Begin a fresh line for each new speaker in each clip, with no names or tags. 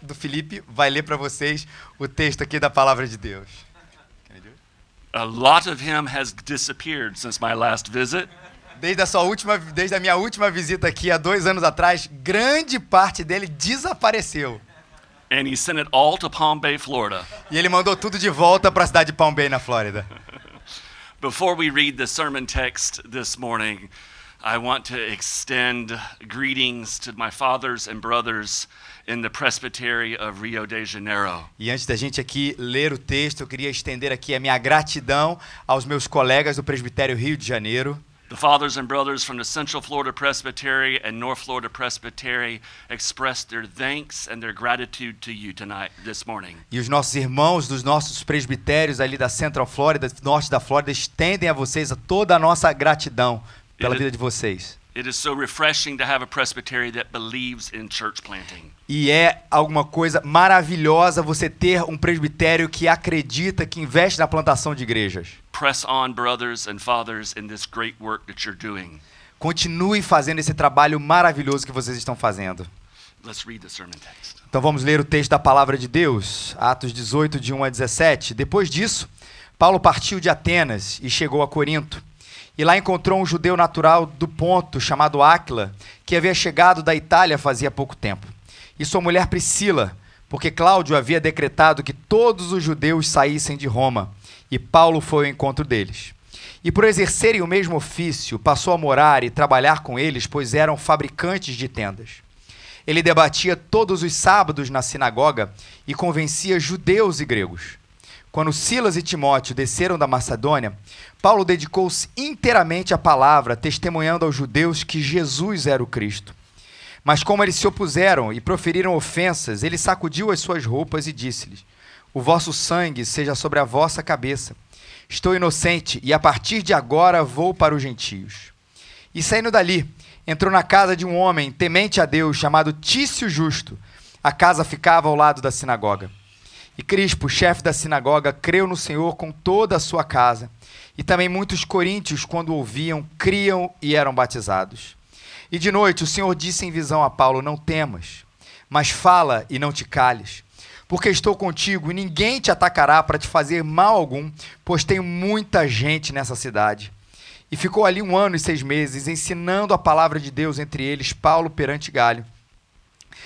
do Felipe vai ler para vocês o texto aqui da palavra de Deus. Can I do it?
A lot of him has disappeared since my last visit.
Desde a sua última, desde a minha última visita aqui há dois anos atrás, grande parte dele desapareceu.
and he sent it all to Palm Bay, Florida.
E ele mandou tudo de volta para a cidade de Palm Bay, na Flórida.
Before we read the sermon text this morning, I want to extend greetings to my fathers and brothers in the Presbytery of Rio de Janeiro.
E antes da gente aqui ler o texto, eu queria estender aqui a minha gratidão aos meus colegas do Presbitério Rio de Janeiro,
The fathers and brothers from the Central Florida Presbytery and North Florida Presbytery express their thanks and their gratitude to you tonight, this morning.
e os nossos irmãos dos nossos presbitérios ali da Central Flórida, norte da Flórida, estendem a vocês a toda a nossa gratidão pela
Ele-
vida de vocês.
It is so refreshing to have a Presbytery that believes in church planting.
E é alguma coisa maravilhosa você ter um presbitério que acredita, que investe na plantação de igrejas.
Press on, brothers and fathers, in this great work that you're doing.
Continue fazendo esse trabalho maravilhoso que vocês estão fazendo.
Let's read the sermon text.
Então vamos ler o texto da palavra de Deus, Atos 18, de 1 a 17. Depois disso, Paulo partiu de Atenas e chegou a Corinto. E lá encontrou um judeu natural do Ponto, chamado Áquila, que havia chegado da Itália fazia pouco tempo. E sua mulher Priscila, porque Cláudio havia decretado que todos os judeus saíssem de Roma. E Paulo foi ao encontro deles. E por exercerem o mesmo ofício, passou a morar e trabalhar com eles, pois eram fabricantes de tendas. Ele debatia todos os sábados na sinagoga e convencia judeus e gregos. Quando Silas e Timóteo desceram da Macedônia, Paulo dedicou-se inteiramente à palavra, testemunhando aos judeus que Jesus era o Cristo. Mas como eles se opuseram e proferiram ofensas, ele sacudiu as suas roupas e disse-lhes: O vosso sangue seja sobre a vossa cabeça. Estou inocente e a partir de agora vou para os gentios. E saindo dali, entrou na casa de um homem temente a Deus chamado Tício Justo. A casa ficava ao lado da sinagoga. E Crispo, chefe da sinagoga, creu no Senhor com toda a sua casa. E também muitos coríntios, quando ouviam, criam e eram batizados. E de noite o Senhor disse em visão a Paulo: Não temas, mas fala e não te cales, porque estou contigo e ninguém te atacará para te fazer mal algum, pois tem muita gente nessa cidade. E ficou ali um ano e seis meses, ensinando a palavra de Deus entre eles, Paulo perante Galho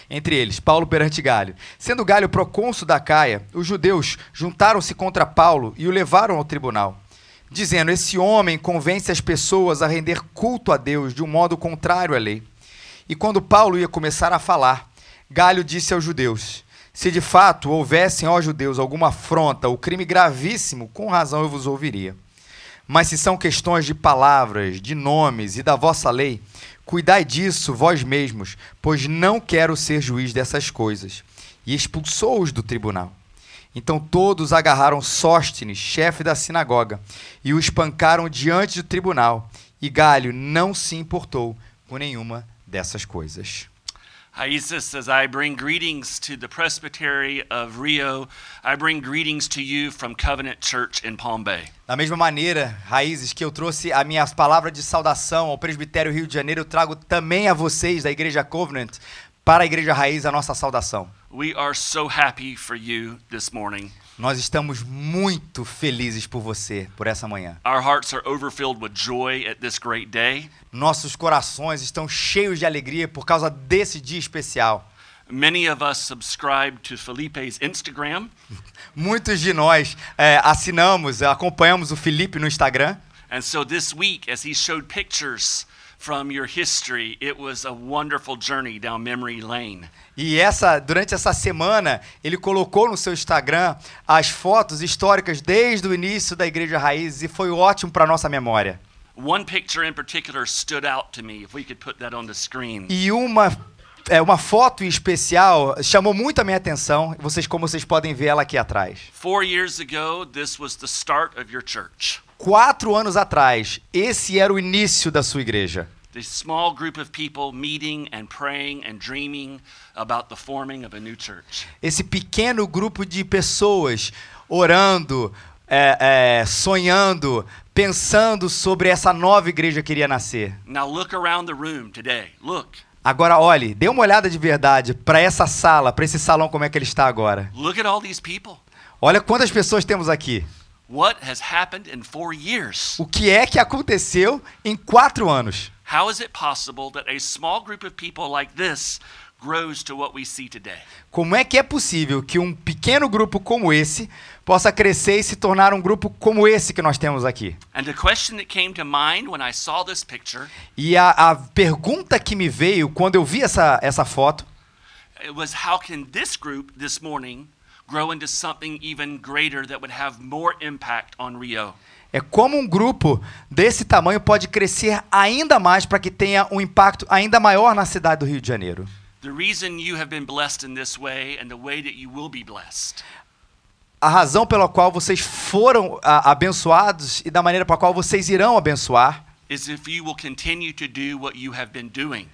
entre eles Paulo perante Galho. Sendo Galho procônsul da Caia, os judeus juntaram-se contra Paulo e o levaram ao tribunal, dizendo: Esse homem convence as pessoas a render culto a Deus de um modo contrário à lei. E quando Paulo ia começar a falar, Galho disse aos judeus: Se de fato houvessem, ó judeus, alguma afronta ou crime gravíssimo, com razão eu vos ouviria. Mas se são questões de palavras, de nomes e da vossa lei, cuidai disso vós mesmos, pois não quero ser juiz dessas coisas. E expulsou-os do tribunal. Então todos agarraram Sóstenes, chefe da sinagoga, e o espancaram diante do tribunal. E Galho não se importou com nenhuma dessas coisas.
Hyesus, as I bring greetings to the Presbytery of Rio, I bring greetings to you from Covenant Church in Palm Bay.
Da mesma maneira, raízes, que eu trouxe a minha palavra de saudação ao Presbitério Rio de Janeiro, eu trago também a vocês da Igreja Covenant, para a Igreja Raiz, a nossa saudação.
We are so happy for you this morning.
Nós estamos muito felizes por você, por essa manhã.
Our hearts are overfilled with joy at this great day.
Nossos corações estão cheios de alegria por causa desse dia especial.
Many of us subscribe to Felipe's Instagram,
Muitos de nós é, assinamos, acompanhamos o Felipe no Instagram.
and so this week, as he showed pictures from your history, it was a wonderful journey down memory lane.
E essa, durante essa semana, ele colocou no seu Instagram as fotos históricas desde o início da Igreja Raiz e foi ótimo para nossa memória.
One picture in particular stood out to me, if we could put that on the screen.
E uma, é, uma foto em especial chamou muito a minha atenção, vocês, como vocês podem ver ela aqui atrás.
Four years ago, this was the start of your church.
Quatro anos atrás, esse era o início da sua igreja.
This small group of people meeting and praying and dreaming about the forming of a new church.
Esse pequeno grupo de pessoas orando, é, é, sonhando, pensando sobre essa nova igreja que iria nascer.
Now look around the room today. Look.
Agora olhe, dê uma olhada de verdade para essa sala, para esse salão como é que ele está agora.
Look at all these people.
Olha quantas pessoas temos aqui.
What has happened in four years?
O que é que aconteceu em quatro anos?
How is it possible that a small group of people like this grows to what we see today?
Como é que é possível que um pequeno grupo como esse possa crescer e se tornar um grupo como esse que nós temos aqui?
And the question that came to mind when I saw this picture
E a, a pergunta que me veio quando eu vi essa, essa foto
it was how can this group this morning grow into something even greater that would have more impact on Rio?
é como um grupo desse tamanho pode crescer ainda mais para que tenha um impacto ainda maior na cidade do Rio de Janeiro.
The reason you have been blessed in this way and the way that you will be blessed
A razão pela qual vocês foram a, abençoados e da maneira pela qual vocês irão abençoar
is if you will continue to do what you have been doing.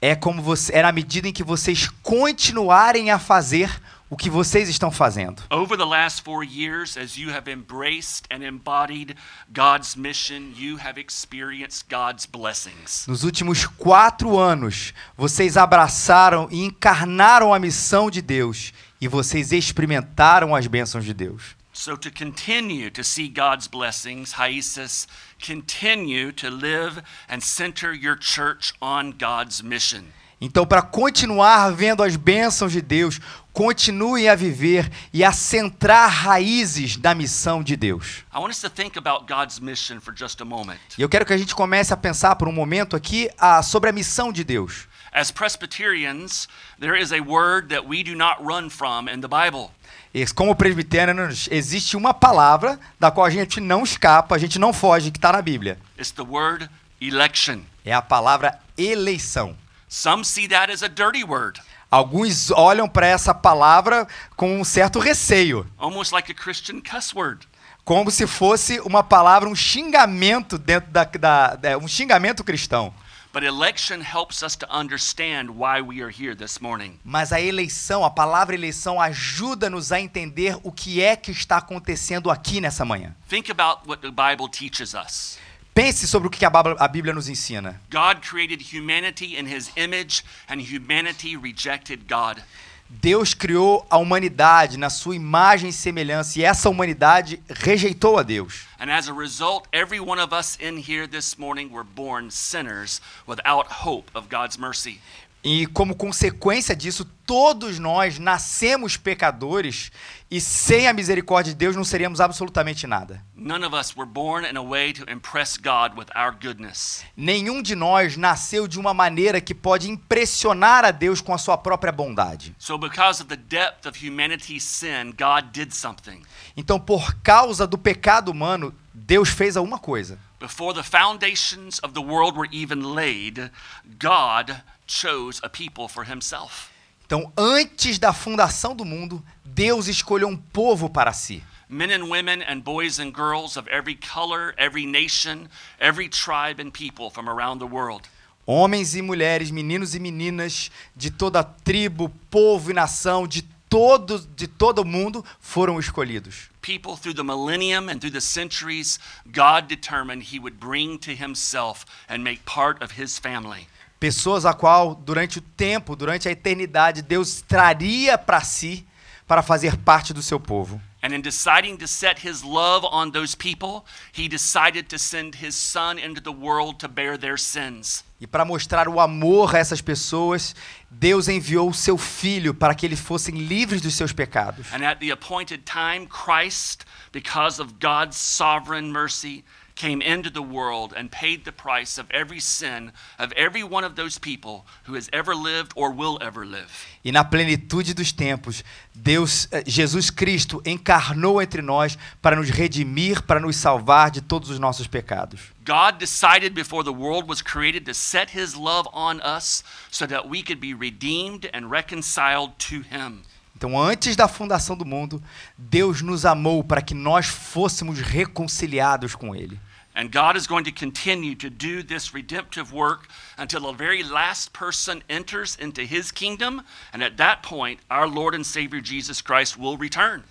é como você é na medida em que vocês continuarem a fazer o que vocês estão fazendo.
Over the last four years, as you have embraced and embodied God's mission, you have experienced God's blessings.
Nos últimos quatro anos, vocês abraçaram e encarnaram a missão de Deus e vocês experimentaram as bênçãos de Deus.
So, to continue to see God's blessings, Haisis, continue to live and center your church on God's mission.
Então, para continuar vendo as bênçãos de Deus, continuem a viver e a centrar raízes da missão de Deus.
I want us to think about God's mission for just a moment.
E eu quero que a gente comece a pensar por um momento aqui a- sobre a missão de Deus.
As Presbyterians, there is a word that we do not run from in the Bible.
E Como presbiterianos, existe uma palavra da qual a gente não escapa, a gente não foge, que está na Bíblia.
It's the word election.
É a palavra eleição.
Some see that as a dirty word,
Alguns olham para essa palavra com um certo receio,
almost like a Christian cuss word.
como se fosse uma palavra, um xingamento dentro da, da- da- um xingamento cristão.
But election helps us to understand why we are here this morning.
Mas a eleição, a palavra eleição, ajuda-nos a entender o que é que está acontecendo aqui nessa manhã.
Think about what the Bible teaches us.
Pense sobre o que a Bábla- a Bíblia nos ensina.
God created humanity in his image, and humanity rejected God.
Deus criou a humanidade na sua imagem e semelhança, e essa humanidade rejeitou a Deus.
And as a result, every one of us in here this morning were born sinners without hope of God's mercy.
E como consequência disso, todos nós nascemos pecadores e sem a misericórdia de Deus não seríamos absolutamente nada.
None of us were born in a way to impress God with our goodness.
Nenhum de nós nasceu de uma maneira que pode impressionar a Deus com a sua própria bondade.
So, because of the depth of humanity's sin, God did something.
Então, por causa do pecado humano, Deus fez alguma coisa.
Before the foundations of the world were even laid, God chose a people for himself.
Então, antes da fundação do mundo, Deus escolheu um povo para si.
Men and women and boys and girls of every color, every nation, every tribe and people from around the world.
Homens e mulheres, meninos e meninas de toda tribo, povo e nação, de todo, de todo mundo foram escolhidos.
People through the millennium and through the centuries, God determined he would bring to himself and make part of his family.
Pessoas a qual, durante o tempo, durante a eternidade, Deus traria para si para fazer parte do seu povo.
And in deciding to set his love on those people, he decided to send his son into the world to bear their sins.
E para mostrar o amor a essas pessoas, Deus enviou o seu filho para que eles fossem livres dos seus pecados.
And at the appointed time, Christ, because of God's sovereign mercy, came into the world and paid the price of every sin of every one of those people who has ever lived or will ever live.
E na plenitude dos tempos, Deus, eh, Jesus Cristo encarnou entre nós para nos redimir, para nos salvar de todos os nossos pecados.
God decided before the world was created to set his love on us so that we could be redeemed and reconciled to him.
Então, antes da fundação do mundo, Deus nos amou para que nós fôssemos reconciliados com ele.
And God is going to continue to do this redemptive work until the very last person enters into his kingdom. And at that point, our Lord and Savior Jesus Christ will return.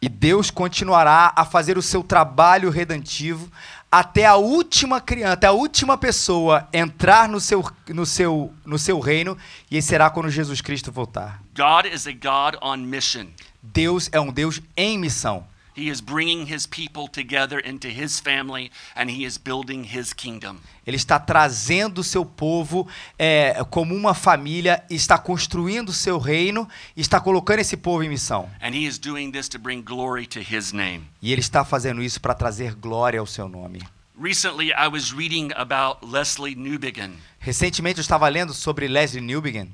E Deus continuará a fazer o seu trabalho redentivo até a última criança, até a última pessoa entrar no seu, no seu, no seu reino, e esse será quando Jesus Cristo voltar.
God is a God on mission.
Deus é um Deus em missão.
He is bringing his people together into his family and he is building his kingdom.
Ele está trazendo o seu povo é, como uma família, está construindo o seu reino, está colocando esse povo em missão.
And he is doing this to bring glory to his name.
E ele está fazendo isso para trazer glória ao seu nome.
Recently, I was reading about Leslie Newbegin.
Recentemente eu estava lendo sobre Leslie Newbegin.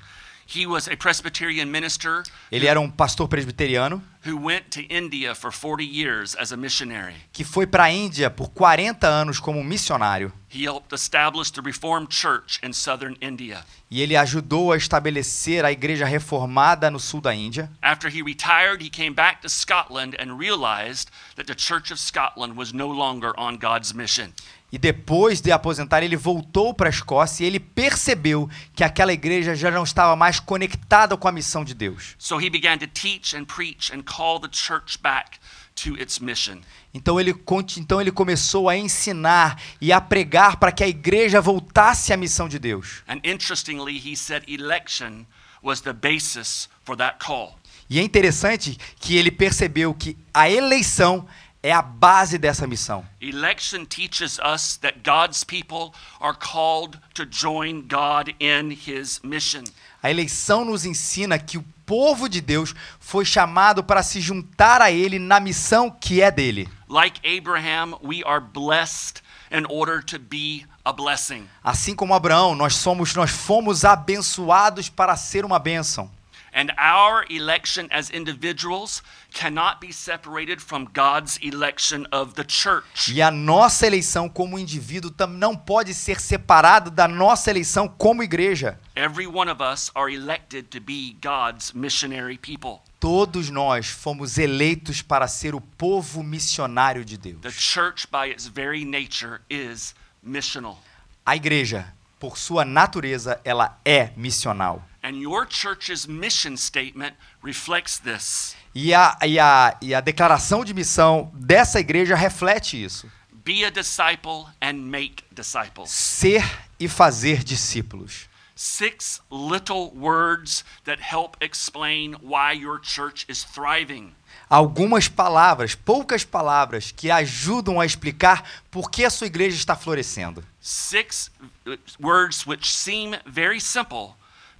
He was a Presbyterian minister
Ele era um pastor presbiteriano
who went to India for 40 years as a missionary.
que foi para a Índia por 40 anos como um missionário.
He helped establish the Reformed Church in southern India.
E ele ajudou a estabelecer a igreja reformada no sul da Índia.
After he retired, he came back to Scotland and realized that the Church of Scotland was no longer on God's mission.
E depois de aposentar, ele voltou para a Escócia e ele percebeu que aquela igreja já não estava mais conectada com a missão de Deus.
So he began to teach and preach and call the church back to its mission.
Então ele, conti- então ele começou a ensinar e a pregar para que a igreja voltasse à missão de Deus.
And interestingly, he said election was the basis for that call.
E é interessante que ele percebeu que a eleição é a base dessa missão.
Election teaches us that God's people are called to join God in his mission.
A eleição nos ensina que o povo de Deus foi chamado para se juntar a ele na missão que é dele.
Like Abraham, we are blessed in order to be a blessing.
Assim como Abraão, nós somos nós fomos abençoados para ser uma bênção.
And our election as individuals cannot be separated from God's election of the church.
E a nossa eleição como indivíduo tam- não pode ser separada da nossa eleição como igreja.
Every one of us are elected to be God's missionary people.
Todos nós fomos eleitos para ser o povo missionário de
The
Deus.
church, by its very nature, is missional.
A igreja, por sua natureza, ela é missional.
And your church's mission statement reflects this
E a, e, a, e a declaração de missão dessa igreja reflete isso:
be a disciple and make disciples.
ser e fazer discípulos.
Six little words that help explain why your church is thriving.
Algumas palavras, poucas palavras, que ajudam a explicar por que a sua igreja está florescendo.
Six uh, words which seem very simple,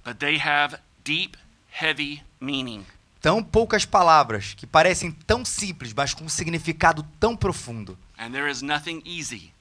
but they have deep, heavy meaning.
Tão poucas palavras, que parecem tão simples, mas com um significado tão profundo.
And there is nothing easy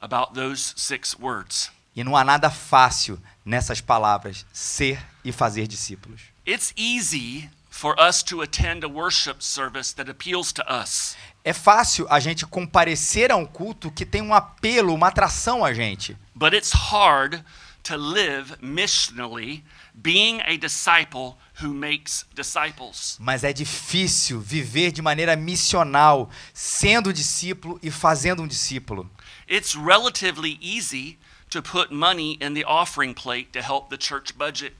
about those six words.
E não há nada fácil nessas palavras: ser e fazer discípulos.
It's easy for us to attend a worship service that appeals to us.
É fácil a gente comparecer a um culto que tem um apelo, uma atração a gente.
But it's hard to live missionally being a disciple who makes disciples.
Mas é difícil viver de maneira missional, sendo discípulo e fazendo um discípulo.
It's relatively easy to put money in the offering plate to help the church budget.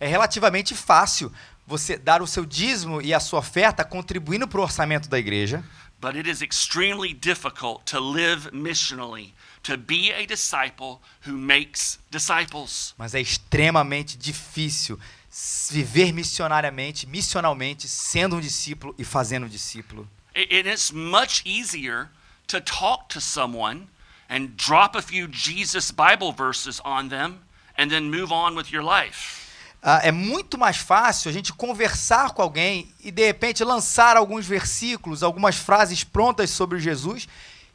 É relativamente fácil você dar o seu dízimo e a sua oferta contribuindo para o orçamento da igreja,
But it is extremely difficult to live missionally, to be a disciple who makes disciples.
mas é extremamente difícil s- viver missionariamente, missionalmente, sendo um discípulo e fazendo um discípulo.
I- And it's much easier to talk to someone and drop a few Jesus Bible verses on them and then move on with your life.
Ah, é muito mais fácil a gente conversar com alguém e de repente lançar alguns versículos, algumas frases prontas sobre Jesus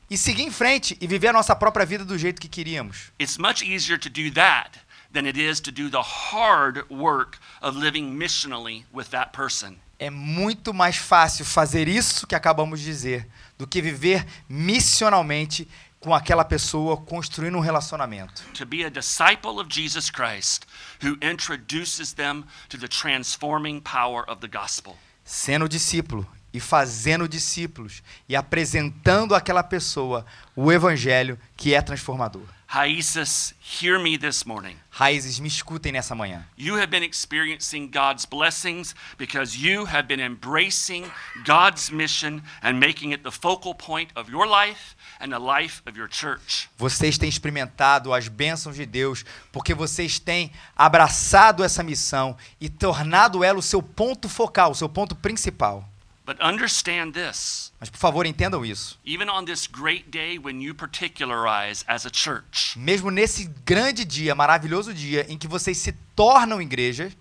e seguir em frente e viver a nossa própria vida do jeito que queríamos.
It's much easier to do that than it is to do the hard work of living missionally with that person.
É muito mais fácil fazer isso que acabamos de dizer do que viver missionalmente com aquela pessoa construindo um relacionamento.
To be a disciple of Jesus Christ who introduces them to the transforming power of the gospel.
Sendo discípulo e fazendo discípulos e apresentando àquela pessoa o evangelho que é transformador.
Hyesus, hear me this morning.
Raízes, me escutem nessa manhã.
You have been experiencing God's blessings because you have been embracing God's mission and making it the focal point of your life and the life of your church.
Vocês têm experimentado as bênçãos de Deus porque vocês têm abraçado essa missão e tornado ela o seu ponto focal, o seu ponto principal.
But understand this
Mas por favor, entendam isso.
even on this great day when you particularize as a church,
Mesmo nesse grande dia, maravilhoso dia em que vocês se tornam igreja,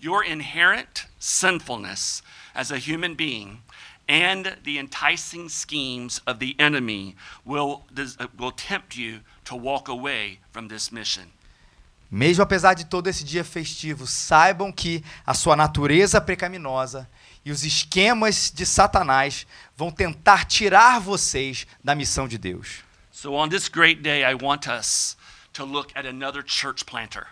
your inherent sinfulness as a human being and the enticing schemes of the enemy will, this- uh, will tempt you to walk away from this mission.
Mesmo apesar de todo esse dia festivo, saibam que a sua natureza pecaminosa e os esquemas de Satanás vão tentar tirar vocês da missão de Deus.
So, on this great day, I want us to look at another church planter.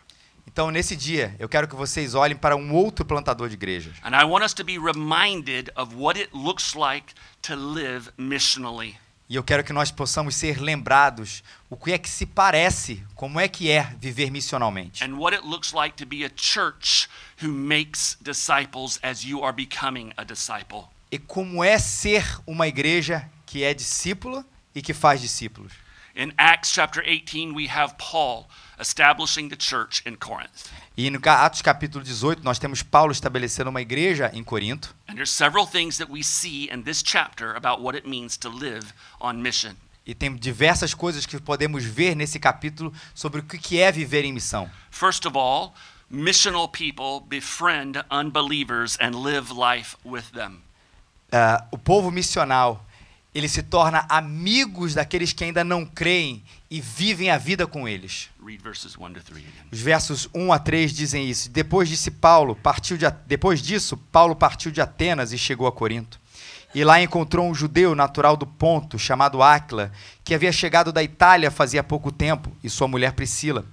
Então, nesse dia, eu quero que vocês olhem para um outro plantador de igrejas.
And I want us to be reminded of what it looks like to live missionally.
E eu quero que nós possamos ser lembrados o que é que se parece, como é que é viver missionalmente.
and what it looks like to be a church who makes disciples as you are becoming a disciple.
E como é ser uma igreja que é discípula e que faz discípulos.
In Acts chapter 18, we have Paul establishing the church in Corinth.
E no ca- Atos capítulo 18, nós temos Paulo estabelecendo uma igreja em Corinto.
And there's several things that we see in this chapter about what it means to live on mission.
E tem diversas coisas que podemos ver nesse capítulo sobre o que que é viver em missão.
First of all, missional people befriend unbelievers and live life with them.
Ah, o povo missional, ele se torna amigos daqueles que ainda não creem e vivem a vida com eles.
Read verses 1 to 3 again.
Os versos 1 a 3 dizem isso. Depois disse Paulo, partiu de, A- depois disso, Paulo partiu de Atenas e chegou a Corinto. E lá encontrou um judeu natural do Ponto, chamado Áquila, que havia chegado da Itália fazia pouco tempo, e sua mulher Priscila.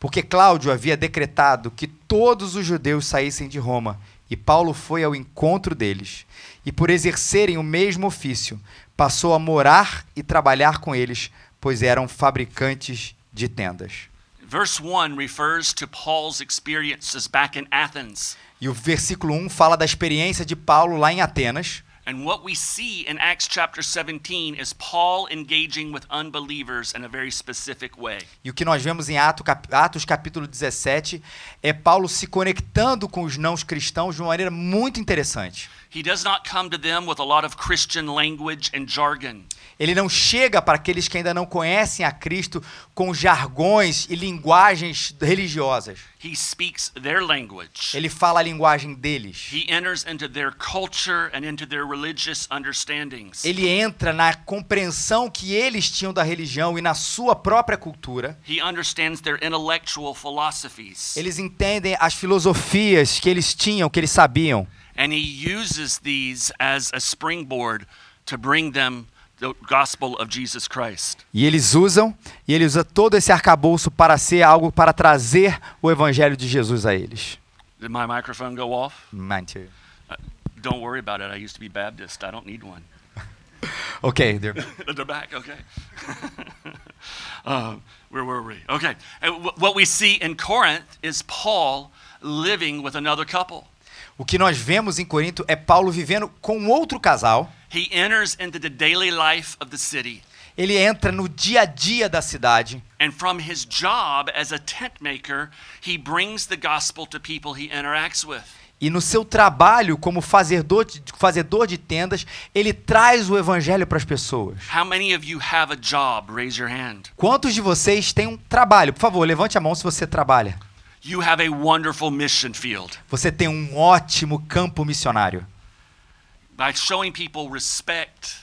Porque Cláudio havia decretado que todos os judeus saíssem de Roma, e Paulo foi ao encontro deles. E por exercerem o mesmo ofício, passou a morar e trabalhar com eles, pois eram fabricantes de tendas.
Verse 1 refers to Paul's experiences back in Athens.
E o versículo 1 fala da experiência de Paulo lá em Atenas.
And what we see in Acts chapter 17 is Paul engaging with unbelievers in a very specific way.
E o que nós vemos em Ato cap- Atos capítulo 17 é Paulo se conectando com os não cristãos de uma maneira muito interessante.
He does not come to them with a lot of Christian language and jargon.
Ele não chega para aqueles que ainda não conhecem a Cristo com jargões e linguagens religiosas.
He speaks their language.
Ele fala a linguagem deles.
He enters into their culture and into their religious understandings.
Ele entra na compreensão que eles tinham da religião e na sua própria cultura.
He understands their intellectual philosophies.
Eles entendem as filosofias que eles tinham, que eles sabiam.
And he uses these as a springboard to bring them the gospel of Jesus Christ.
E eles usam, e ele usa todo esse arcabouço para ser algo, para trazer o evangelho de Jesus a eles.
Did my microphone go off?
Mentira.
Don't worry about it. I used to be Baptist. I don't need one.
Ok, Dear.
At the back, okay. um, where were we? Okay. And w- what we see in Corinth is Paul living with another couple.
o que nós vemos em Corinto é Paulo vivendo com outro casal.
He enters into the daily life of the city.
Ele entra no dia a dia da cidade
And from his job as a tent maker, he brings the gospel to people he interacts with.
e no seu trabalho como fazedor de, fazedor de tendas, ele traz o evangelho para as pessoas.
How many of you have a job? Raise your hand.
Quantos de vocês têm um trabalho? Por favor, levante a mão se você trabalha.
You have a wonderful mission field.
Você tem um ótimo campo missionário.
By showing people respect,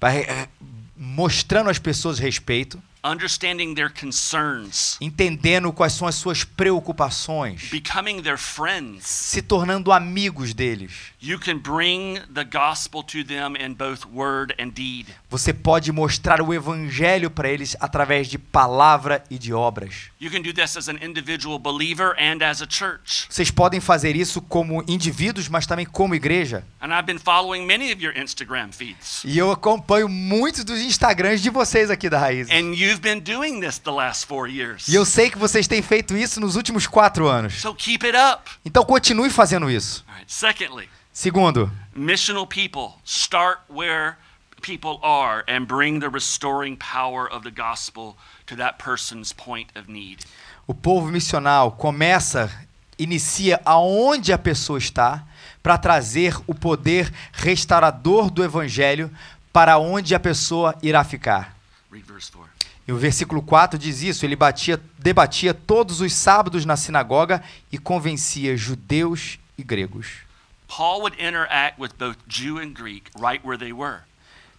Vai, eh, mostrando às pessoas respeito.
understanding their concerns,
entendendo quais são as suas preocupações,
becoming their friends.
se tornando amigos deles.
You can bring the gospel to them in both word and deed.
Você pode mostrar o evangelho para eles através de palavra e de obras.
You can do this as an individual believer and as a church.
Vocês podem fazer isso como indivíduos, mas também como igreja.
And I've been following many of your Instagram feeds.
E eu acompanho muitos dos Instagrams de vocês aqui da Raiz.
And you've been doing this the last four years.
E eu sei que vocês têm feito isso nos últimos quatro anos.
So keep it up.
Então continue fazendo isso.
All right. Secondly,
Segundo,
missional people start where people are and bring the restoring power of the gospel to that person's point of need.
o povo missional começa, inicia aonde a pessoa está para trazer o poder restaurador do evangelho para onde a pessoa irá ficar.
Read verse 4.
E o versículo 4 diz isso: ele batia, debatia todos os sábados na sinagoga e convencia judeus e gregos.
Paul would interact with both Jew and Greek right where they were.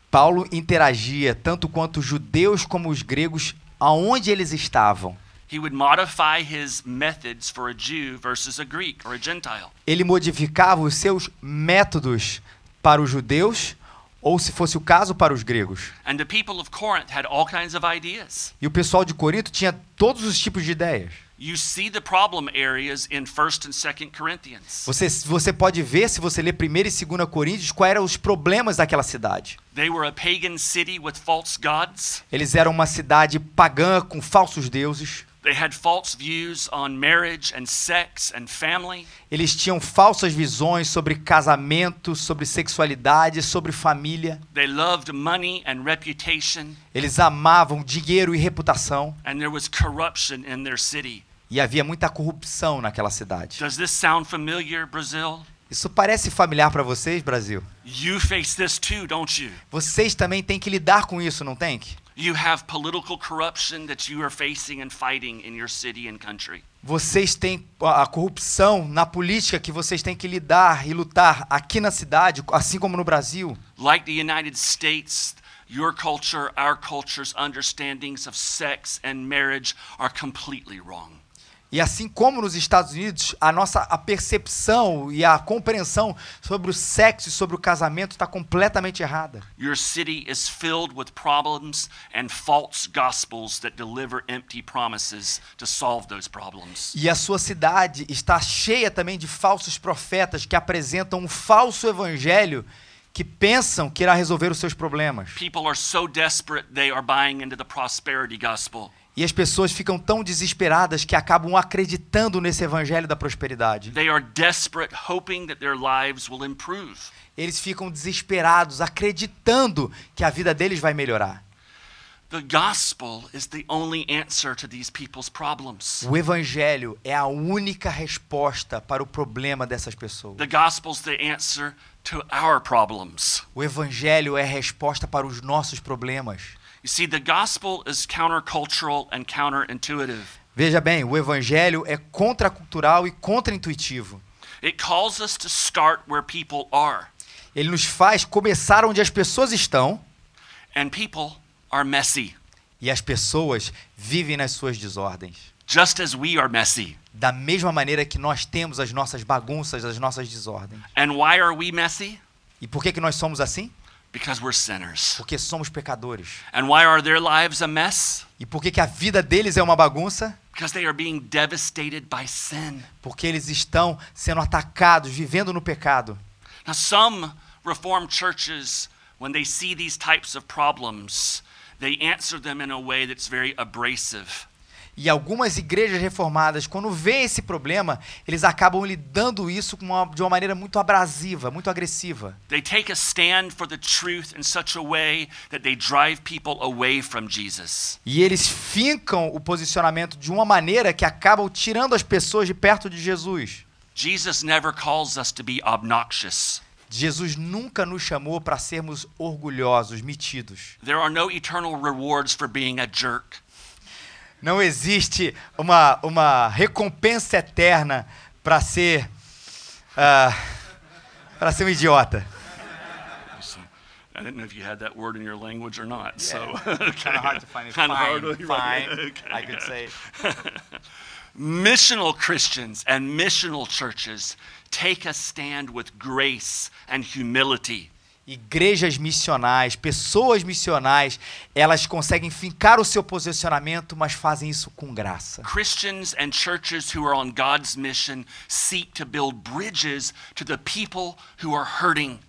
Paulo interagia tanto quanto os judeus como os gregos aonde eles estavam.
He would modify his methods for a Jew versus a Greek or a Gentile.
Ele modificava os seus métodos para os judeus ou, se fosse o caso, para os gregos.
And the people of Corinth had all kinds of ideas.
E o pessoal de Corinto tinha todos os tipos de ideias.
You see the problem areas in 1st and 2nd Corinthians.
Você, você pode ver, se você ler 1 e 2 Coríntios, quais eram os problemas daquela cidade.
They were a pagan city with false gods.
Eles eram uma cidade pagã com falsos deuses.
They had false views on marriage and sex and family.
Eles tinham falsas visões sobre casamento, sobre sexualidade, sobre família.
They loved money and reputation,
Eles amavam dinheiro e reputação.
and there was corruption in their city.
E havia muita corrupção naquela cidade.
Does this sound familiar, Brazil?
Isso parece familiar para vocês, Brasil?
You face this too, don't you?
Vocês também têm que lidar com isso, não tem? que?
You have political corruption that you are facing and fighting in your city and country.
Vocês têm a a corrupção na política que vocês têm que lidar e lutar aqui na cidade, assim como no Brasil.
Like the United States, your culture, our culture's understandings of sex and marriage are completely wrong.
E assim como nos Estados Unidos, a nossa a percepção e a compreensão sobre o sexo e sobre o casamento está completamente errada.
Your city is filled with problems and false gospels that deliver empty promises to solve those problems.
E a sua cidade está cheia também de falsos profetas que apresentam um falso evangelho que pensam que irá resolver os seus problemas.
People are so desperate they are buying into the prosperity gospel.
E as pessoas ficam tão desesperadas que acabam acreditando nesse evangelho da prosperidade.
They are desperate hoping that their lives will improve.
Eles ficam desesperados acreditando que a vida deles vai melhorar.
The gospel is the only answer to these people's problems.
O evangelho é a única resposta para o problema dessas pessoas.
The gospel's the answer to our problems.
O evangelho é a resposta para os nossos problemas.
You see, the gospel is countercultural and counterintuitive.
Veja bem, o evangelho é contracultural e contraintuitivo.
It calls us to start where people are,
Ele nos faz começar onde as pessoas estão
and people are messy,
e as pessoas vivem nas suas desordens.
just as we are messy.
Da mesma maneira que nós temos as nossas bagunças, as nossas desordens.
And why are we messy?
E por que, que nós somos assim?
Because we're sinners.
Porque somos pecadores.
And why are their lives a mess?
E por que, que a vida deles é uma bagunça?
Because they are being devastated by sin.
Porque eles estão sendo atacados, vivendo no pecado.
Now, some Reformed churches, when they see these types of problems, they answer them in a way that's very abrasive.
E algumas igrejas reformadas, quando vê esse problema, eles acabam lidando isso com uma- de uma maneira muito abrasiva, muito agressiva.
They take a stand for the truth in such a way that they drive people away from Jesus.
E eles fincam o posicionamento de uma maneira que acabam tirando as pessoas de perto de Jesus.
Jesus never calls us to be obnoxious.
Jesus nunca nos chamou para sermos orgulhosos, metidos.
There are no eternal rewards for being a jerk.
Não existe uma, uma recompensa eterna ah, para ser. para ser um idiota.
I didn't know if you had that word in your language or not. So
Kind of hard to find. It's
Kind of
fine,
hard. right?
fine.
Okay,
I could say
yeah. missional Christians and missional churches take a stand with grace and humility.
igrejas missionais, pessoas missionais, elas conseguem fincar o seu posicionamento, mas fazem isso com graça.
Christians and churches who are on God's mission seek to build bridges to the people who are hurting.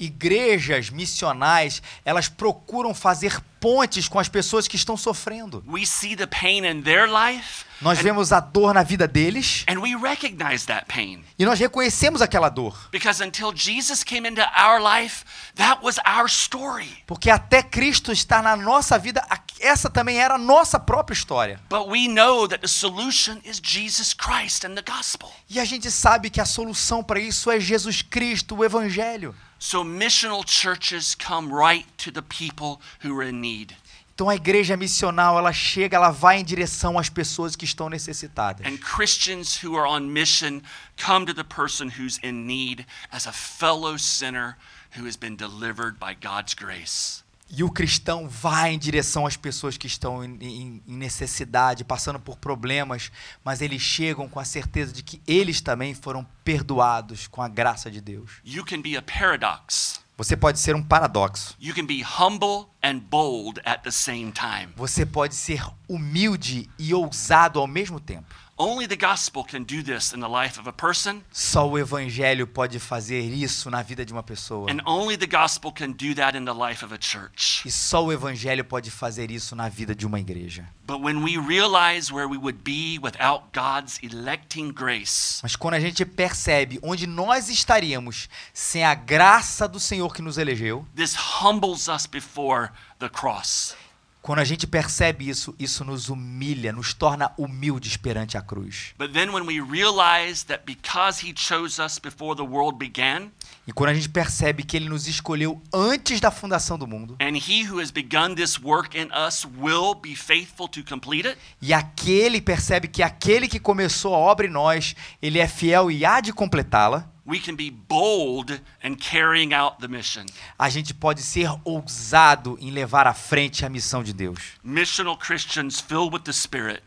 Igrejas missionais, elas procuram fazer pontes com as pessoas que estão sofrendo.
We see the pain in their life
Nós vemos a dor na vida deles
and we recognize that pain.
e nós reconhecemos aquela dor,
Because until Jesus came into our life, that was our story.
porque até Cristo estar na nossa vida, a- essa também era a nossa própria história.
But we know that the solution is Jesus Christ and the gospel.
E a gente sabe que a solução para isso é Jesus Cristo, o evangelho.
So missional churches come right to the people who are in need.
Então a igreja missional, ela chega, ela vai em direção às pessoas que estão necessitadas.
And Christians who are on mission come to the person who's in need as a fellow sinner who has been delivered by God's grace.
E o cristão vai em direção às pessoas que estão em, em- em necessidade, passando por problemas, mas eles chegam com a certeza de que eles também foram perdoados com a graça de Deus.
You can be a paradox.
Você pode ser um paradoxo.
You can be humble and bold at the same time.
Você pode ser humilde e ousado ao mesmo tempo.
Only the gospel can do this in the life of a person,
Só o evangelho pode fazer isso na vida de uma pessoa.
and only the gospel can do that in the life of a church.
E só o evangelho pode fazer isso na vida de uma igreja.
But when we realize where we would be without God's electing grace,
Mas quando a gente percebe onde nós estaríamos sem a graça do Senhor que nos elegeu,
this humbles us before the cross.
quando a gente percebe isso, isso nos humilha, nos torna humildes perante a cruz.
But then when we realize that because he chose us before the world began,
E quando a gente percebe que ele nos escolheu antes da fundação do mundo,
and he who has begun this work in us will be faithful to complete it,
e aquele percebe que aquele que começou a obra em nós, ele é fiel e há de completá-la,
we can be bold in carrying out the mission.
a gente pode ser ousado em levar à frente a missão de Deus.
Missional Christians filled with the Spirit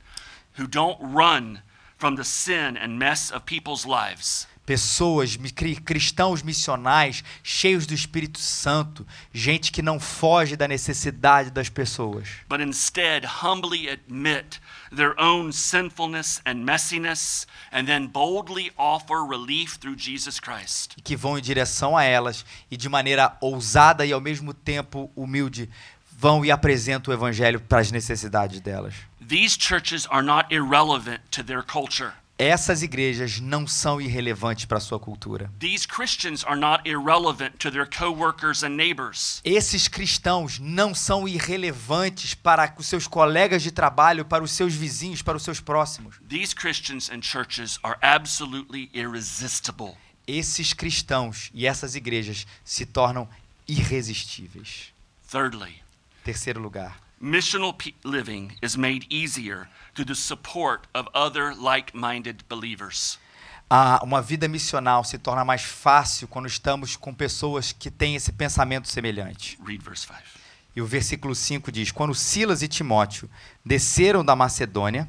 who don't run from the sin and mess of people's lives,
pessoas, mi- cri- cristãos missionais, cheios do Espírito Santo, gente que não foge da necessidade das pessoas,
but instead humbly admit their own sinfulness and messiness, and then boldly offer relief through Jesus Christ.
e que vão em direção a elas e de maneira ousada e ao mesmo tempo humilde vão e apresentam o evangelho para as necessidades delas.
These churches are not irrelevant to their culture.
Essas igrejas não são irrelevantes para a sua cultura.
These Christians are not irrelevant to their coworkers and neighbors.
Esses cristãos não são irrelevantes para os seus colegas de trabalho, para os seus vizinhos, para os seus próximos.
These Christians and churches are absolutely irresistible.
esses cristãos e essas igrejas se tornam irresistíveis.
Thirdly,
Terceiro lugar,
missional pe- living is made easier through the support of other like minded believers.
a- uma vida missional se torna mais fácil quando estamos com pessoas que têm esse pensamento semelhante.
Read verse 5.
E o versículo 5 diz: Quando Silas e Timóteo desceram da Macedônia,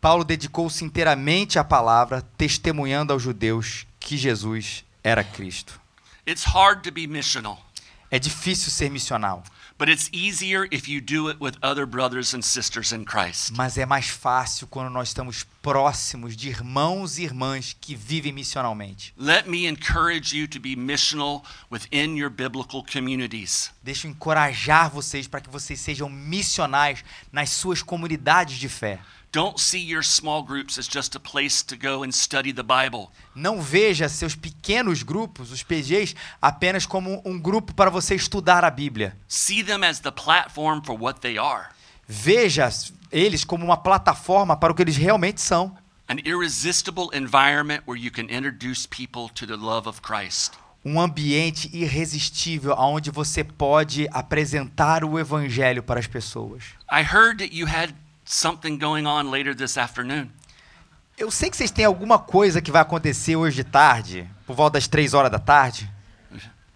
Paulo dedicou-se inteiramente à palavra, testemunhando aos judeus que Jesus era Cristo.
It's hard to be missional,
É difícil ser missional,
but it's easier if you do it with other brothers and sisters in Christ.
Mas é mais fácil quando nós estamos próximos de irmãos e irmãs que vivem missionalmente.
Let me encourage you to be missional within your biblical communities.
Deixo encorajar vocês para que vocês sejam missionais nas suas comunidades de fé.
Don't see your small groups as just a place to go and study the Bible.
Não veja seus pequenos grupos, os PGs, apenas como um grupo para você estudar a Bíblia.
See them as the platform for what they are
Veja eles como uma plataforma para o que eles realmente são.
an irresistible environment where you can introduce people to the love of Christ.
Um ambiente irresistível onde você pode apresentar o Evangelho para as pessoas.
I heard that you had something going on later this afternoon.
Eu sei que vocês têm alguma coisa que vai acontecer hoje de tarde, por volta das três horas da tarde.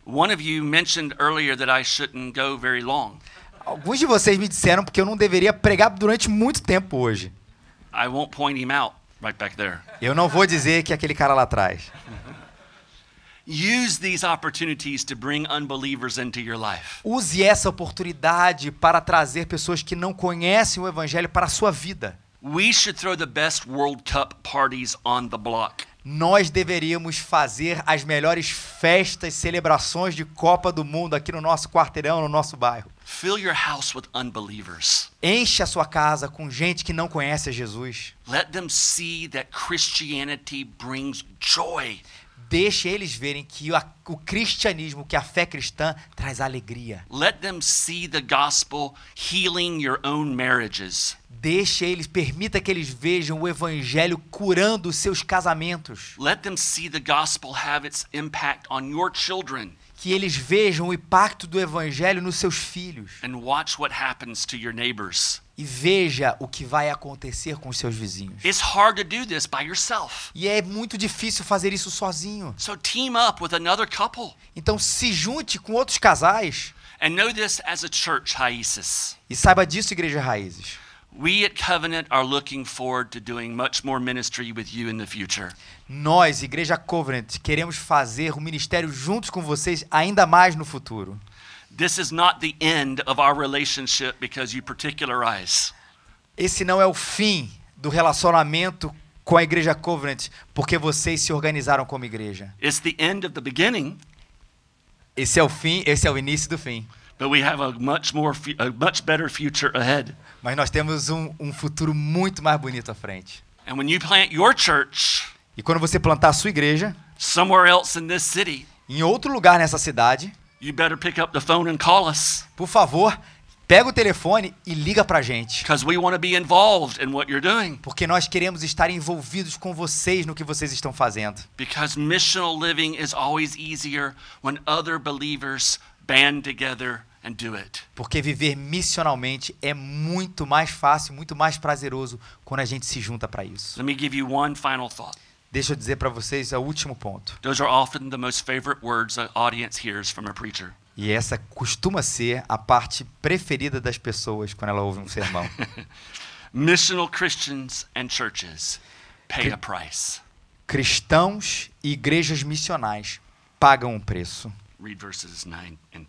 One of you mentioned earlier that I shouldn't go very long.
Alguns de vocês me disseram porque eu não deveria pregar durante muito tempo hoje.
I won't point him out right back there.
Eu não vou dizer que é aquele cara lá atrás.
Use these opportunities to bring unbelievers into your life.
Use essa oportunidade para trazer pessoas que não conhecem o evangelho para a sua vida.
We should throw the best World Cup parties on the block.
Nós deveríamos fazer as melhores festas, celebrações de Copa do Mundo aqui no nosso quarteirão, no nosso bairro.
Fill your house with unbelievers.
Enche a sua casa com gente que não conhece a Jesus.
Let them see that Christianity brings joy.
Deixe eles verem que a- o cristianismo, que a fé cristã, traz alegria.
Let them see the gospel healing your own marriages.
Deixe eles, permita que eles vejam o evangelho curando os seus casamentos.
Let them see the gospel have its impact on your children
Que eles vejam o impacto do evangelho nos seus filhos.
and watch what happens to your neighbors.
E veja o que vai acontecer com os seus vizinhos.
It's hard to do this by yourself.
E é muito difícil fazer isso sozinho.
So team up with another couple
Então se junte com outros casais.
and know this as a church, Hyesis.
E saiba disso, Igreja Raízes.
We at Covenant are looking forward to doing much more ministry with you in the future.
Nós, Igreja Covenant, queremos fazer o ministério juntos com vocês ainda mais no futuro.
This is not the end of our relationship because you particularize.
Esse não é o fim do relacionamento com a Igreja Covenant, porque vocês se organizaram como igreja.
It's the end of the beginning,
Esse é o fim, esse é o início do fim.
but we have a much more fu- a much better future ahead.
Mas nós temos um, um futuro muito mais bonito à frente.
And when you plant your church
E quando você plantar a sua igreja
somewhere else in this city,
em outro lugar nessa cidade,
you better pick up the phone and call us
por favor, pega o telefone e liga pra gente.
because we want to be involved in what you're doing
Porque nós queremos estar envolvidos com vocês no que vocês estão fazendo.
because missional living is always easier when other believers band together and do it.
Porque viver missionalmente é muito mais fácil, muito mais prazeroso quando a gente se junta pra isso.
Let me give you one final thought.
Deixa eu dizer pra vocês o último ponto.
Those are often the most favorite words an audience hears from a preacher.
E essa costuma ser a parte preferida das pessoas quando ela ouve um sermão.
Missional Christians and churches pay a price.
Cristãos e igrejas missionais pagam um preço.
Read verses 9 and 10.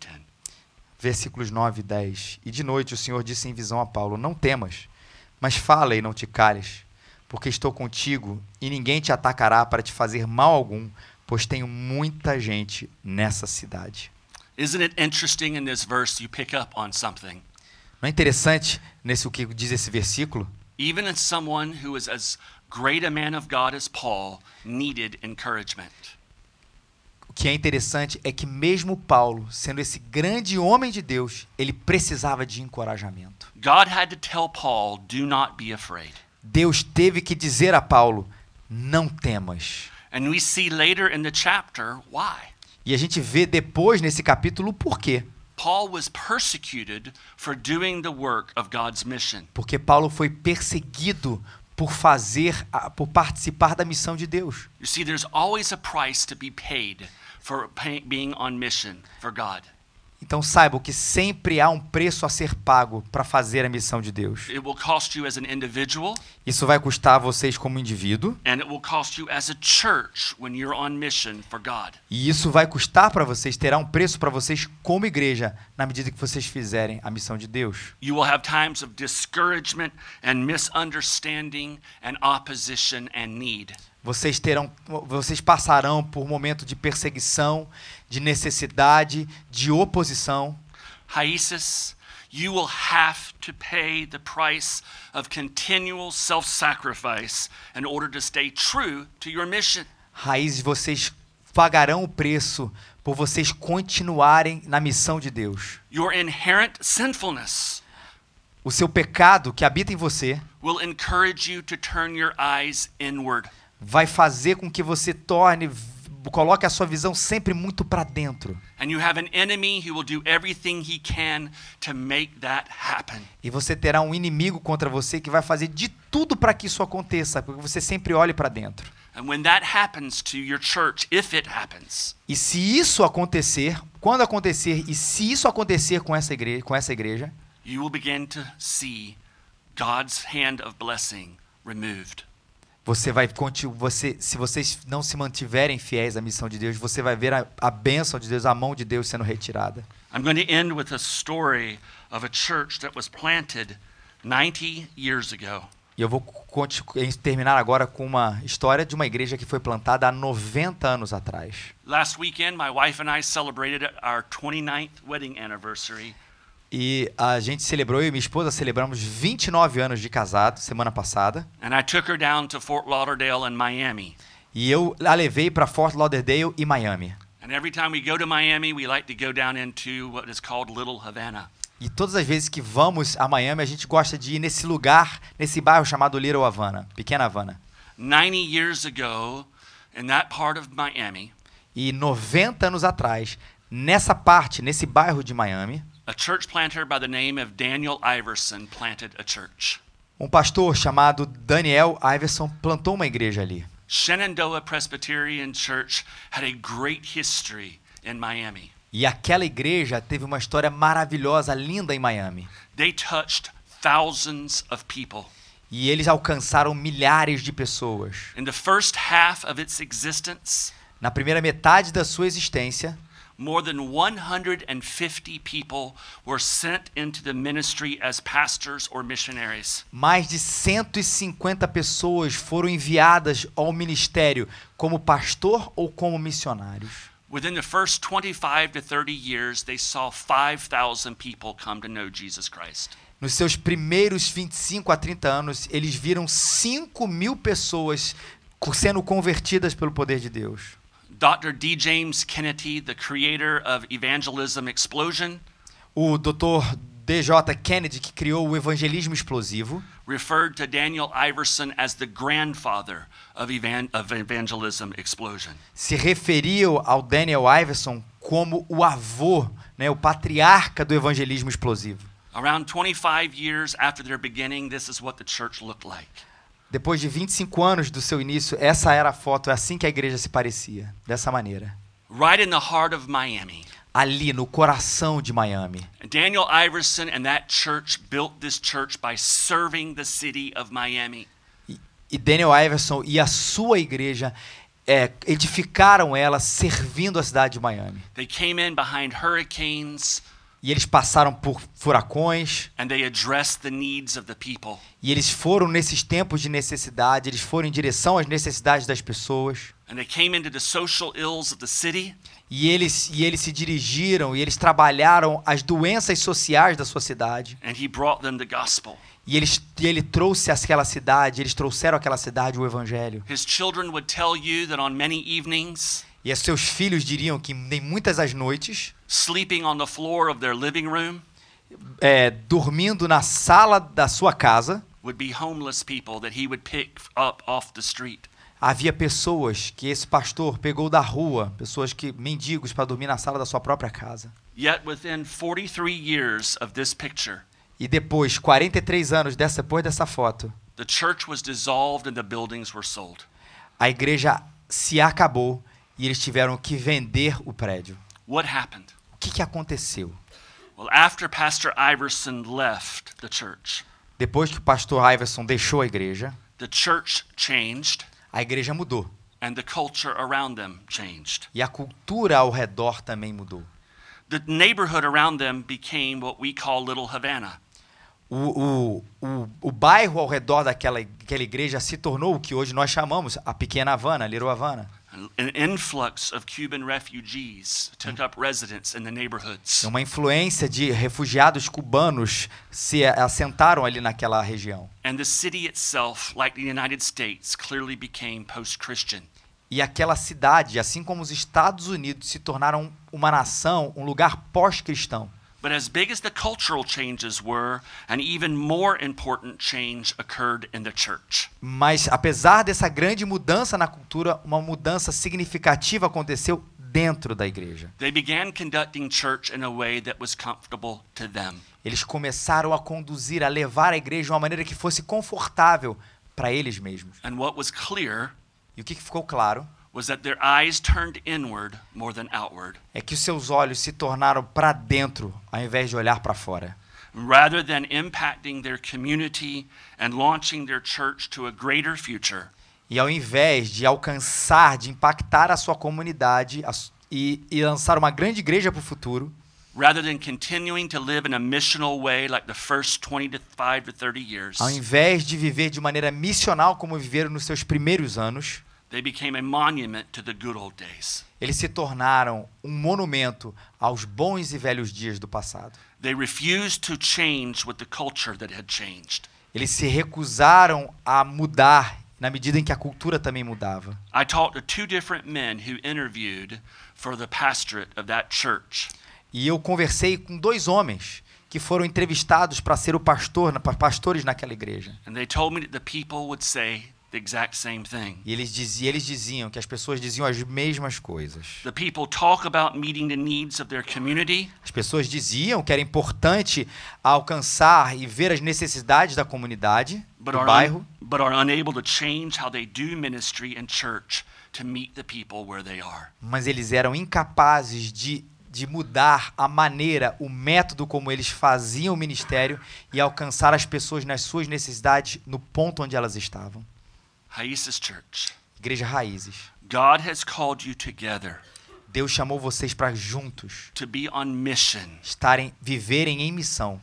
Versículos 9 e 10. E de noite o Senhor disse em visão a Paulo: Não temas, mas fala e não te cales, porque estou contigo e ninguém te atacará para te fazer mal algum, pois tenho muita gente nessa cidade.
Isn't it interesting in this verse you pick up on something?
Não é interessante nesse o que diz esse versículo?
Even as someone who is as great a man of God as Paul needed encouragement.
O que é interessante é que mesmo Paulo, sendo esse grande homem de Deus, ele precisava de encorajamento.
God had to tell Paul, do not be afraid.
Deus teve que dizer a Paulo: Não temas.
And we see later in the chapter why.
E a gente vê depois nesse capítulo o porquê.
Paul was persecuted for doing the work of God's mission.
Porque Paulo foi perseguido por fazer, a- por participar da missão de Deus.
You see, there's always a price to be paid for pay- being on mission for God.
Então saibam que sempre há um preço a ser pago para fazer a missão de Deus.
It will cost you as an individual,
Isso vai custar a vocês como indivíduo
and it will cost you as a church when you're on mission for God.
e isso vai custar para vocês, terá um preço para vocês como igreja na medida que vocês fizerem a missão de Deus.
You will have times of discouragement and misunderstanding and opposition and need.
Vocês terão, vocês passarão por um momento de perseguição, de necessidade, de oposição.
Hyesis, you will have to pay the price of continual self sacrifice in order to stay true to your mission.
Raízes, vocês pagarão o preço por vocês continuarem na missão de Deus.
Your inherent sinfulness
O seu pecado que habita em você
will encourage you to turn your eyes inward.
vai fazer com que você torne, coloque a sua visão sempre muito para dentro.
And you have an enemy who will do everything he can to make that happen.
E você terá um inimigo contra você que vai fazer de tudo para que isso aconteça, porque você sempre olhe para dentro.
And when that happens to your church, if it happens,
E se isso acontecer, quando acontecer e se isso acontecer com essa igreja, com essa igreja,
you will begin to see God's hand of blessing removed.
você vai conti- você se vocês não se mantiverem fiéis à missão de Deus, você vai ver a, a bênção de Deus, a mão de Deus sendo retirada.
I'm going to end with a story of a church that was planted 90 years ago.
E eu vou conti- em- terminar agora com uma história de uma igreja que foi plantada há 90 anos atrás.
Last weekend, my wife and I celebrated our 29th wedding anniversary.
E a gente celebrou, eu e minha esposa celebramos 29 anos de casado semana passada.
And I took her down to Fort Lauderdale and Miami.
E eu a levei para Fort Lauderdale e Miami.
And every time we go to Miami, we like to go down into what is called Little Havana.
E todas as vezes que vamos a Miami, a gente gosta de ir nesse lugar, nesse bairro chamado Little Havana, Pequena Havana.
90 years ago, in that part of Miami,
E 90 anos atrás, nessa parte, nesse bairro de Miami,
a church planter by the name of Daniel Iverson planted a church.
um pastor chamado Daniel Iverson plantou uma igreja ali.
Shenandoah Presbyterian Church had a great history in Miami.
E aquela igreja teve uma história maravilhosa, linda em Miami.
They touched thousands of people.
E eles alcançaram milhares de pessoas.
In the first half of its existence,
Na primeira metade da sua existência,
more than 150 people were sent into the ministry as pastors or missionaries.
mais de 150 pessoas foram enviadas ao ministério como pastor ou como missionários.
Within the first 25 to 30 years, they saw 5,000 people come to know Jesus Christ.
Nos seus primeiros 25 a 30 anos, eles viram 5 mil pessoas co- sendo convertidas pelo poder de Deus.
Dr. D. James Kennedy, the creator of Evangelism Explosion,
O Dr. DJ Kennedy, que criou o evangelismo explosivo,
referred to Daniel Iverson as the grandfather of, evan- of Evangelism Explosion.
se referiu ao Daniel Iverson como o avô, né, o patriarca do evangelismo explosivo.
Around 25 years after their beginning, this is what the church looked like.
Depois de 25 anos do seu início, essa era a foto, é assim que a igreja se parecia, dessa maneira.
Right in the heart of Miami,
Ali, no coração de Miami.
Daniel Iverson and that church built this church by serving the city of Miami.
E- E Daniel Iverson e a sua igreja é, edificaram ela servindo a cidade de Miami.
They came in behind hurricanes
E eles passaram por furacões,
and they addressed the needs of the people.
e eles foram nesses tempos de necessidade, eles foram em direção às necessidades das pessoas.
And they came into the social ills of the city
E eles, e eles se dirigiram, e eles trabalharam as doenças sociais da sua cidade.
and he brought them the gospel.
E, eles, e ele trouxe aquela cidade, eles trouxeram àquela cidade o evangelho.
His children would tell you that on many evenings,
E os seus filhos diriam que em muitas das noites,
sleeping on the floor of their living room
é, dormindo na sala da sua casa,
would be homeless people that he would pick up off the street.
havia pessoas que esse pastor pegou da rua, pessoas que mendigos para dormir na sala da sua própria casa.
Yet within 43 years of this picture,
E depois, 43 anos dessa, depois dessa foto,
the church was dissolved and the buildings were sold.
a igreja se acabou e eles tiveram que vender o prédio.
What happened?
O que, que aconteceu?
Well, after Pastor Iverson left the church,
Depois que o pastor Iverson deixou a igreja,
the church changed
a igreja mudou.
and the culture around them changed.
E a cultura ao redor também mudou.
The neighborhood around them became what we call Little Havana.
O, o, o, o bairro ao redor daquela, daquela igreja se tornou o que hoje nós chamamos a Pequena Havana, Little Havana.
An influx of Cuban refugees took up residence in the neighborhoods.
É Uma influência de refugiados cubanos se assentaram ali naquela região.
And the city itself, like the United States, clearly became post Christian.
E aquela cidade, assim como os Estados Unidos, se tornaram uma nação, um lugar pós-cristão.
But as big as the cultural changes were, an even more important change occurred in the church.
Mas, apesar dessa grande mudança na cultura, uma mudança significativa aconteceu dentro da igreja.
They began conducting church in a way that was comfortable to them.
Eles começaram a conduzir, a levar a igreja de uma maneira que fosse confortável para eles mesmos.
And what was clear
E o que que ficou claro
was that their eyes turned inward more than outward.
é que os seus olhos se tornaram para dentro ao invés de olhar para fora.
Rather than impacting their community and launching their church to a greater future,
E ao invés de alcançar, de impactar a sua comunidade a su- e, e lançar uma grande igreja para o futuro,
rather than continuing to live in a missional way like the first 25 to 30 years,
ao invés de viver de maneira missional como viveram nos seus primeiros anos,
they became a monument to the good old days.
eles se tornaram um monumento aos bons e velhos dias do passado.
They refused to change with the culture that had changed.
Eles se recusaram a mudar na medida em que a cultura também mudava.
I talked to two different men who interviewed for the pastorate of that church.
E eu conversei com dois homens que foram entrevistados para ser o pastor, pa- pastores naquela igreja.
And they told me that the people would say the exact same thing.
E eles, diziam, eles diziam que as pessoas diziam as mesmas coisas.
The people talk about meeting the needs of their community,
As pessoas diziam que era importante alcançar e ver as necessidades da comunidade,
but
do
are,
bairro,
but are unable to change how they do ministry and church to meet the people where they are.
mas eles eram incapazes de, de mudar a maneira, o método como eles faziam o ministério e alcançar as pessoas nas suas necessidades no ponto onde elas estavam.
Hyesus Church,
Igreja Raízes.
God has called you together
Deus chamou vocês para juntos
to be on mission.
estarem viverem em missão.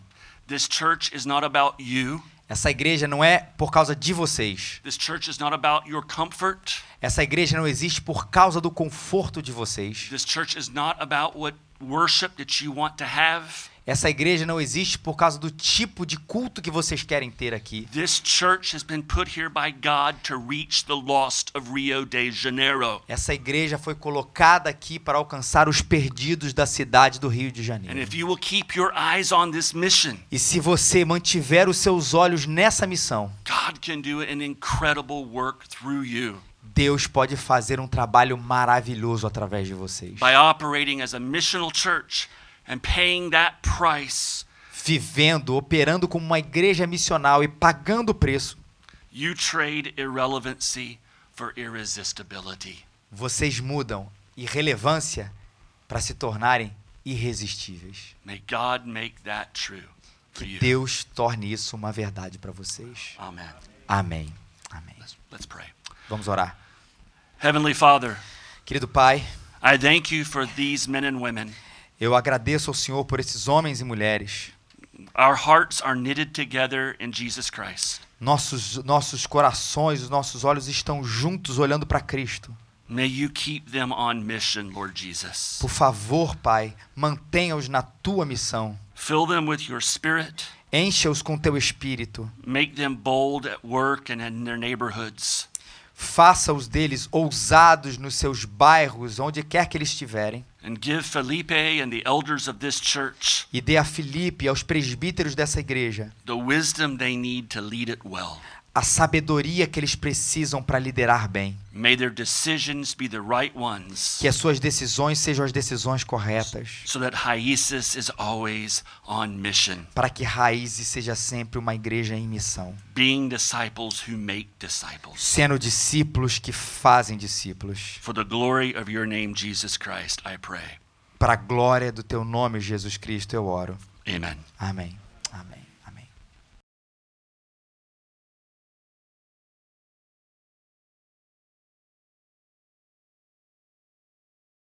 This church is not about you.
Essa igreja não é por causa de vocês.
This church is not about your comfort.
Essa igreja não existe por causa do conforto de vocês.
This church is not about what worship that you want to have.
Essa igreja não existe por causa do tipo de culto que vocês querem ter aqui.
This church has been put here by God to reach the lost of Rio de Janeiro.
Essa igreja foi colocada aqui para alcançar os perdidos da cidade do Rio de
And
Janeiro.
if you will keep your eyes on this mission,
E se você mantiver os seus olhos nessa missão,
God can do an incredible work through you
Deus pode fazer um trabalho maravilhoso através de vocês.
by operating as a missional church and paying that price.
Vivendo, operando como uma igreja missional e pagando o preço,
You trade irrelevancy for irresistibility.
vocês mudam irrelevância para se tornarem irresistíveis.
May God make that true for
Que
you.
Deus torne isso uma verdade para vocês.
Amen.
Amém. Amém.
Let's, let's pray.
Vamos orar.
Heavenly Father,
Querido Pai,
I thank you for these men and women.
eu agradeço ao Senhor por esses homens e mulheres.
Our hearts are knitted together in Jesus Christ.
Nossos, nossos corações, os nossos olhos estão juntos olhando para Cristo.
May you keep them on mission, Lord Jesus.
Por favor, Pai, mantenha-os na tua missão.
Fill them with your spirit.
Encha-os com teu espírito.
Make them bold at work and in their neighborhoods.
Faça-os deles ousados nos seus bairros, onde quer que eles estiverem.
And give Felipe and the elders of this church
E dê a Filipe, aos presbíteros dessa igreja,
the wisdom they need to lead it well.
a sabedoria que eles precisam para liderar bem.
May their decisions be the right ones
Que as suas decisões sejam as decisões corretas.
so that Hyesus is always on mission,
Para que Raízes seja sempre uma igreja em missão.
being disciples who make disciples.
Sendo discípulos que fazem discípulos.
For the glory of your name, Jesus Christ, I pray.
para a glória do teu nome, Jesus Cristo, eu oro.
Amen.
Amém. Amém.